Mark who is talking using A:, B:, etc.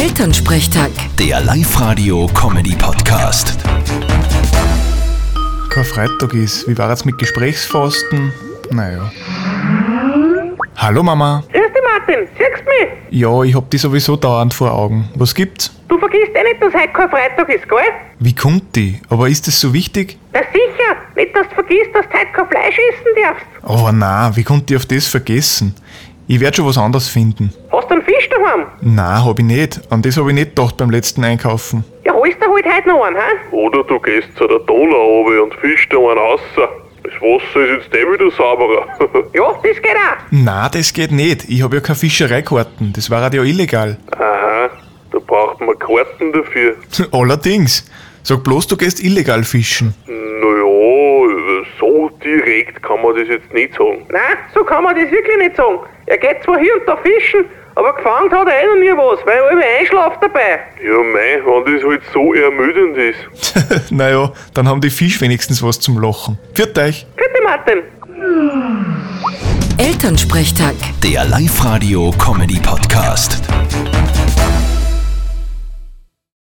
A: Elternsprechtag.
B: Der Live-Radio-Comedy-Podcast.
C: Karfreitag ist. Wie war jetzt mit Gesprächsfasten? Naja. Hallo Mama.
D: Grüß dich, Martin. Siehst du mich?
C: Ja, ich hab die sowieso dauernd vor Augen. Was gibt's?
D: Du vergisst eh nicht, dass heute kein Freitag ist, gell?
C: Wie kommt die? Aber ist das so wichtig?
D: Na sicher. Nicht, dass du vergisst, dass du heute kein Fleisch essen darfst.
C: Aber Oh, na, wie kommt die auf das vergessen? Ich werd schon was anderes finden.
D: Hast du einen Fisch daheim?
C: Na, hab ich nicht. An das hab ich nicht gedacht beim letzten Einkaufen.
D: Ja, holst du halt heute noch einen, hä?
E: Oder du gehst zu der Donau runter und fischst dir einen raus. Das Wasser ist jetzt eh wieder sauberer.
D: Ja, das geht auch.
C: Na, das geht nicht. Ich hab ja keine Fischereikarten. Das war halt ja illegal.
E: Aha, da braucht man Karten dafür.
C: Allerdings. Sag bloß, du gehst illegal fischen.
E: Naja, also so direkt kann man das jetzt nicht sagen.
D: Nein, so kann man das wirklich nicht sagen. Er geht zwar hier und da fischen, aber gefangen hat er eh noch nie was, weil er immer einschlaft dabei.
E: Ja mei, wenn das halt so ermüdend ist.
C: naja, dann haben die Fisch wenigstens was zum Lachen. Viert euch.
D: Grüß dich, Martin.
A: Elternsprechtag.
B: Der Live-Radio-Comedy-Podcast.